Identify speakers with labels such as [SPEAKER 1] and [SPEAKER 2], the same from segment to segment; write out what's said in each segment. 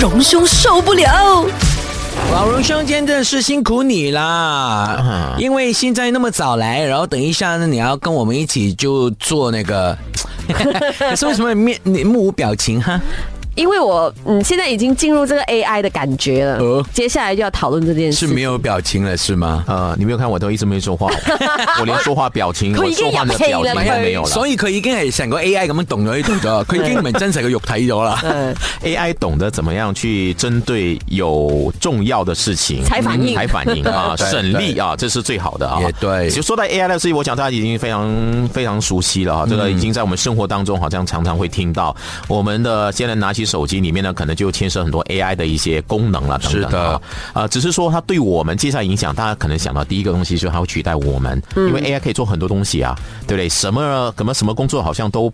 [SPEAKER 1] 荣兄受不了。
[SPEAKER 2] 老荣兄真的是辛苦你啦，因为现在那么早来，然后等一下呢，你要跟我们一起就做那 个。可是为什么面你目无表情哈？
[SPEAKER 3] 因为我嗯现在已经进入这个 AI 的感觉了，
[SPEAKER 2] 呃
[SPEAKER 3] 接下来就要讨论这件
[SPEAKER 2] 是
[SPEAKER 3] 事。
[SPEAKER 2] 没有表情了是吗？
[SPEAKER 4] 呃，你没有看我都一直没说话，我连说话表情，
[SPEAKER 3] 佢
[SPEAKER 4] 我
[SPEAKER 3] 已經
[SPEAKER 4] 说話
[SPEAKER 3] 入
[SPEAKER 4] 嘅
[SPEAKER 3] 戲
[SPEAKER 4] 表情
[SPEAKER 3] 啦
[SPEAKER 4] 都
[SPEAKER 3] 佢
[SPEAKER 4] 沒有了。
[SPEAKER 2] 所以佢已經係成個 AI 咁樣動咗喺度 咗，佢已經唔係真實嘅肉體咗啦。
[SPEAKER 3] 嗯，
[SPEAKER 4] AI 懂得怎么样去针对有重要的事情
[SPEAKER 3] 才反应
[SPEAKER 4] 才反 应啊，
[SPEAKER 2] 对对
[SPEAKER 4] 省力啊，这是最好的啊
[SPEAKER 2] 也。对
[SPEAKER 4] 其实说到 AI 的事情，我想大家已经非常非常熟悉
[SPEAKER 2] 嗯
[SPEAKER 4] 了啊，这个已经在我们生活当中好像常常会听到。我们的现在拿起手机里面呢，可能就牵涉很多 AI 的一些功能了，等等
[SPEAKER 2] 是的
[SPEAKER 4] 啊。呃，只是说它对我们接下来影响，大家可能想到第一个东西就是它会取代我们，
[SPEAKER 3] 嗯
[SPEAKER 4] 因为 AI 可以做很多东西啊，对不对？什么什么什么工作好像都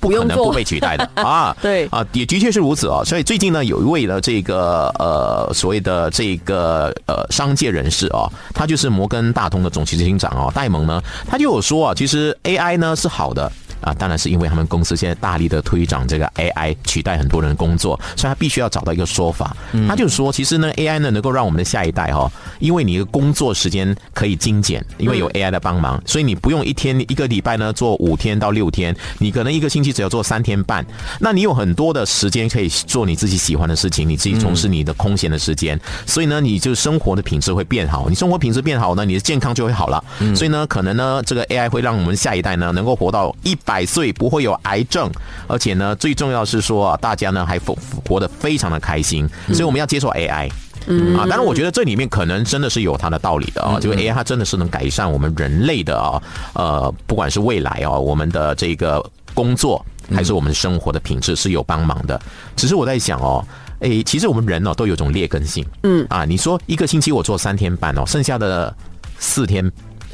[SPEAKER 4] 不
[SPEAKER 3] 不用
[SPEAKER 4] 可能
[SPEAKER 3] 做
[SPEAKER 4] 不被取代的啊。
[SPEAKER 3] 对
[SPEAKER 4] 啊，也的确是如此啊、所以最近呢，有一位的这个呃所谓的这个呃商界人士啊、他就是摩根大通的总执行长哦，戴蒙呢，他就有说啊，其实 AI 呢是好的。啊，当然是因为他们公司现在大力的推展这个 AI，取代很多人的工作，所以他必须要找到一个说法。他就说，其实呢，AI 呢能够让我们的下一代哈、哦，因为你的工作时间可以精简，因为有 AI 的帮忙，所以你不用一天一个礼拜呢做五天到六天，你可能一个星期只要做三天半，那你有很多的时间可以做你自己喜欢的事情，你自己从事你的空闲的时间，所以呢，你就生活的品质会变好，你生活品质变好呢，你的健康就会好了。所以呢，可能呢，这个 AI 会让我们下一代呢能够活到一百岁，不会有癌症，而且呢，最重要是说啊，大家呢还活活得非常的开心，所以我们要接受 AI。啊，
[SPEAKER 3] 嗯
[SPEAKER 4] 当然，我觉得这里面可能真的是有它的道理的啊、就是 AI 它真的是能改善我们人类的啊，呃，不管是未来啊，我们的这个工作
[SPEAKER 3] 嗯
[SPEAKER 4] 还是我们生活的品质是有帮忙的。只是我在想哦。诶，其实我们人哦都有种劣根性，嗯啊，你说一个星期我做三天半哦，剩下的四天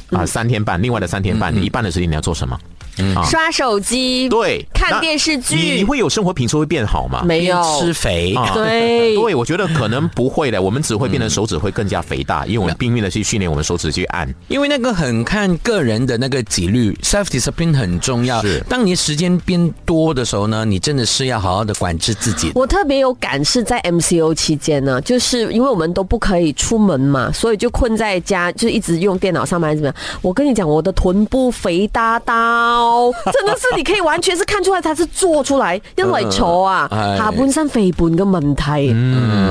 [SPEAKER 4] 啊
[SPEAKER 3] 嗯
[SPEAKER 4] 三天半，另外的三天半，你一半的时间你要做什么？啊
[SPEAKER 3] 刷手机，
[SPEAKER 4] 对，
[SPEAKER 3] 看
[SPEAKER 4] 那
[SPEAKER 3] 电视剧
[SPEAKER 4] 你你会有生活品质会变好吗？
[SPEAKER 3] 没有
[SPEAKER 2] 吃肥
[SPEAKER 4] 啊
[SPEAKER 3] 对
[SPEAKER 4] 对，我觉得可能不会的，我们只会
[SPEAKER 2] 嗯
[SPEAKER 4] 变成手指会更加肥大，因为我们拼命的去训练我们手指去按。
[SPEAKER 2] 因为那个很看个人的那个纪律，self discipline 很重要
[SPEAKER 4] 是。
[SPEAKER 2] 当你时间变多的时候呢，你真的是要好好的管制自己。
[SPEAKER 3] 我特别有感是在 MCO 期间呢，就是因为我们都不可以出门嘛，所以就困在家，就一直用电脑上班还是怎么样。我跟你讲，我的臀部肥哒哒哦， 真的是你可以完全是看出来它是做出来，因为丑啊，
[SPEAKER 2] 哎嗯
[SPEAKER 3] 下半身肥胖嘅问题，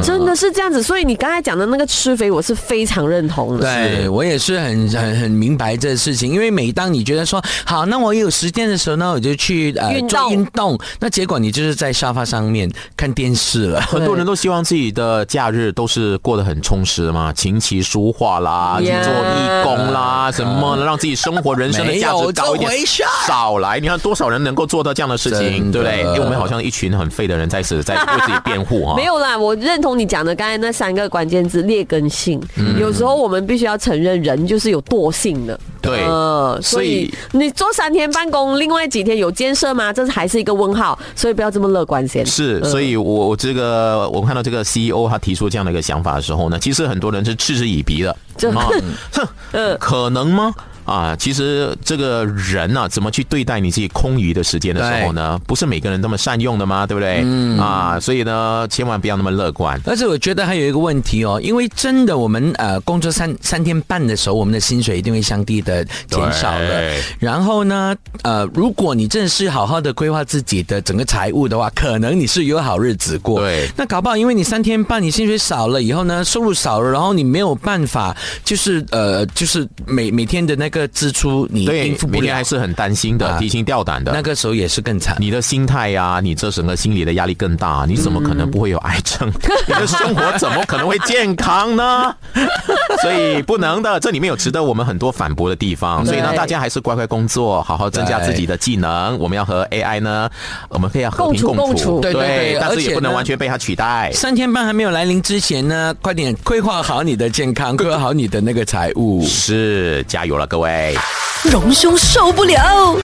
[SPEAKER 3] 真的是这样子。所以你刚才讲的那个吃肥，我是非常认同的。
[SPEAKER 2] 对我也是很很很明白这事情，因为每当你觉得说好，那我有时间的时候呢，我就去呃
[SPEAKER 3] 运动
[SPEAKER 2] 做运动，那结果你就是在沙发上面看电视了。
[SPEAKER 4] 很多人都希望自己的假日都是过得很充实嘛，琴棋书画啦，去
[SPEAKER 3] Yeah
[SPEAKER 4] 做义工啦，什么的，让自己生活人生的价值高一
[SPEAKER 2] 没有这回
[SPEAKER 4] 点
[SPEAKER 2] 事。
[SPEAKER 4] 少来，你看多少人能够做到这样的事
[SPEAKER 2] 真
[SPEAKER 4] 情，
[SPEAKER 2] 的
[SPEAKER 4] 对不对？因为我们好像一群很废的人在此在为自己辩 护 啊。
[SPEAKER 3] 没有啦，我认同你讲的刚才那三个关键字劣根性。
[SPEAKER 4] 嗯
[SPEAKER 3] 有时候我们必须要承认，人就是有惰性的。
[SPEAKER 4] 对
[SPEAKER 3] 呃，所
[SPEAKER 4] 所以
[SPEAKER 3] 以你做三天办公，另外几天有建设吗？这还是一个问号，所以不要这么乐观先。
[SPEAKER 4] 是，
[SPEAKER 2] 呃
[SPEAKER 4] 所以我我这个我看到这个 CEO 他提出这样的一个想法的时候呢，其实很多人是嗤之以鼻的，
[SPEAKER 3] 这
[SPEAKER 4] 啊，
[SPEAKER 3] 嗯
[SPEAKER 2] 呃
[SPEAKER 4] 哼，可能吗？啊，其实这个人啊，怎么去对待你自己空余的时间的时候呢？不是每个人那么善用的吗？对不对？嗯啊，所以呢，千万不要那么乐观。
[SPEAKER 2] 而且我觉得还有一个问题哦，因为真的我们呃工作三三天半的时候，我们的薪水一定会相对的减少了
[SPEAKER 4] 对。
[SPEAKER 2] 然后呢，呃，如果你正式好好的规划自己的整个财务的话，可能你是有好日子过。
[SPEAKER 4] 对
[SPEAKER 2] 那搞不好因为你三天半，你薪水少了以后呢，收入少了，然后你没有办法，就是呃，就是每每天的那个支出你
[SPEAKER 4] 对
[SPEAKER 2] 应付，不
[SPEAKER 4] 每天
[SPEAKER 2] 了
[SPEAKER 4] 还，是很担心的，
[SPEAKER 2] 啊
[SPEAKER 4] 提心吊胆的。
[SPEAKER 2] 那个时候也是更惨。
[SPEAKER 4] 你的心态呀、你这整个心理的压力更大，你怎么可能不会有癌症？
[SPEAKER 2] 嗯
[SPEAKER 4] 你的生活怎么可能会健康 呢？所以不能的，这里面有值得我们很多反驳的地方。所以呢，
[SPEAKER 3] 对
[SPEAKER 4] 大家还是乖乖工作，好好增加自己的技能。我们要和 AI 呢，我们可以要和平
[SPEAKER 3] 共
[SPEAKER 4] 共
[SPEAKER 3] 处
[SPEAKER 4] 处，
[SPEAKER 3] 共处
[SPEAKER 2] 对对对
[SPEAKER 4] 但
[SPEAKER 2] 而
[SPEAKER 4] 是
[SPEAKER 2] 且
[SPEAKER 4] 也不能
[SPEAKER 2] 呢
[SPEAKER 4] 完全被它取代。
[SPEAKER 2] 三天半还没有来临之前呢，快点规划好你的健康，规划好你的那个财务。
[SPEAKER 4] 是，加油了，各位。
[SPEAKER 1] 荣兄受不了。